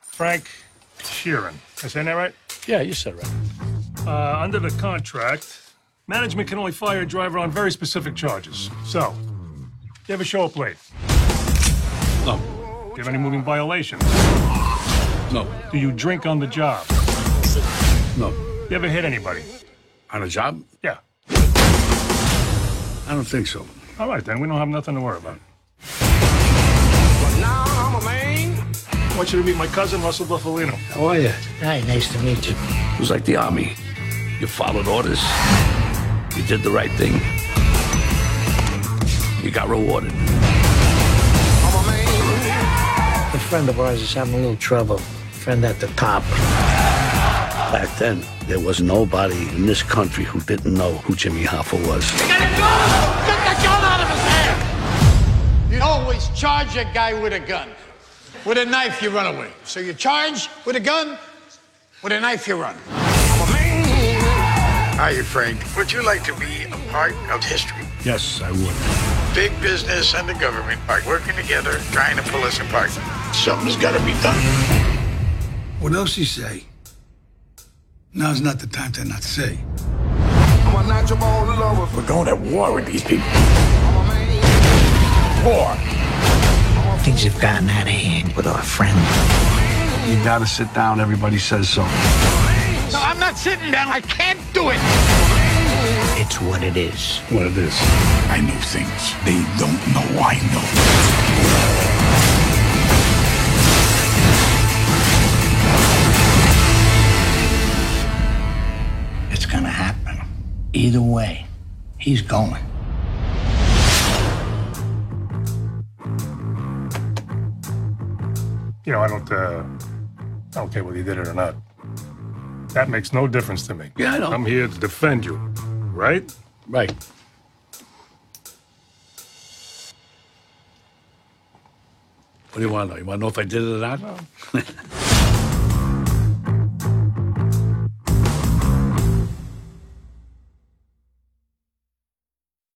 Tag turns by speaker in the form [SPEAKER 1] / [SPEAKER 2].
[SPEAKER 1] Frank Sheeran. Am I saying that right?
[SPEAKER 2] Yeah, you said right.
[SPEAKER 1] Uh, under the contract, management can only fire a driver on very specific charges. So, you ever show up late?
[SPEAKER 2] No,
[SPEAKER 1] Do you have any moving violations?
[SPEAKER 2] no,
[SPEAKER 1] Do you drink on the job?
[SPEAKER 2] no.
[SPEAKER 1] You ever hit anybody?
[SPEAKER 2] On a job?
[SPEAKER 1] Yeah.
[SPEAKER 2] I don't think so.
[SPEAKER 1] All right, then. We don't have nothing to worry about.
[SPEAKER 3] Now I'm a man.
[SPEAKER 1] I want you to meet my cousin, Russell Buffalino.
[SPEAKER 2] How are you?
[SPEAKER 4] Hi, nice to meet you.
[SPEAKER 2] It was like the army. You followed orders. You did the right thing. You got rewarded.
[SPEAKER 3] I'm a man.
[SPEAKER 4] A friend of ours is having a little trouble. Friend at the top.
[SPEAKER 2] Back then, there was nobody in this country who didn't know who Jimmy Hoffa was.
[SPEAKER 5] You always charge a guy with a gun. With a knife, you run away. So you charge with a gun, with a knife, you run.
[SPEAKER 3] I'm a man.
[SPEAKER 6] Hiya, Frank. Would you like to be a part of history?
[SPEAKER 2] Yes, I would.
[SPEAKER 6] Big business and the government are working together, trying to pull us apart. Something's got to be done.
[SPEAKER 7] What else you say? Now's not the time to not say.
[SPEAKER 3] I'm a natural born lover.
[SPEAKER 6] We're going to war with these people.
[SPEAKER 3] I'm a man.
[SPEAKER 6] War.
[SPEAKER 4] Things have gotten out of hand with our friend.
[SPEAKER 7] You gotta sit down. Everybody says so.
[SPEAKER 5] No, I'm not sitting down. I can't do it.
[SPEAKER 4] It's what it is.
[SPEAKER 2] What it is.
[SPEAKER 6] I know things they don't know I know.
[SPEAKER 5] It's gonna happen. Either way, he's going.
[SPEAKER 1] You know, I don't, uh, I don't care whether you did it or not. That makes no difference to me.
[SPEAKER 2] Yeah, I know.
[SPEAKER 1] I'm here to defend you, right?
[SPEAKER 2] Right. What do you want to know? You want to know if I did it or not?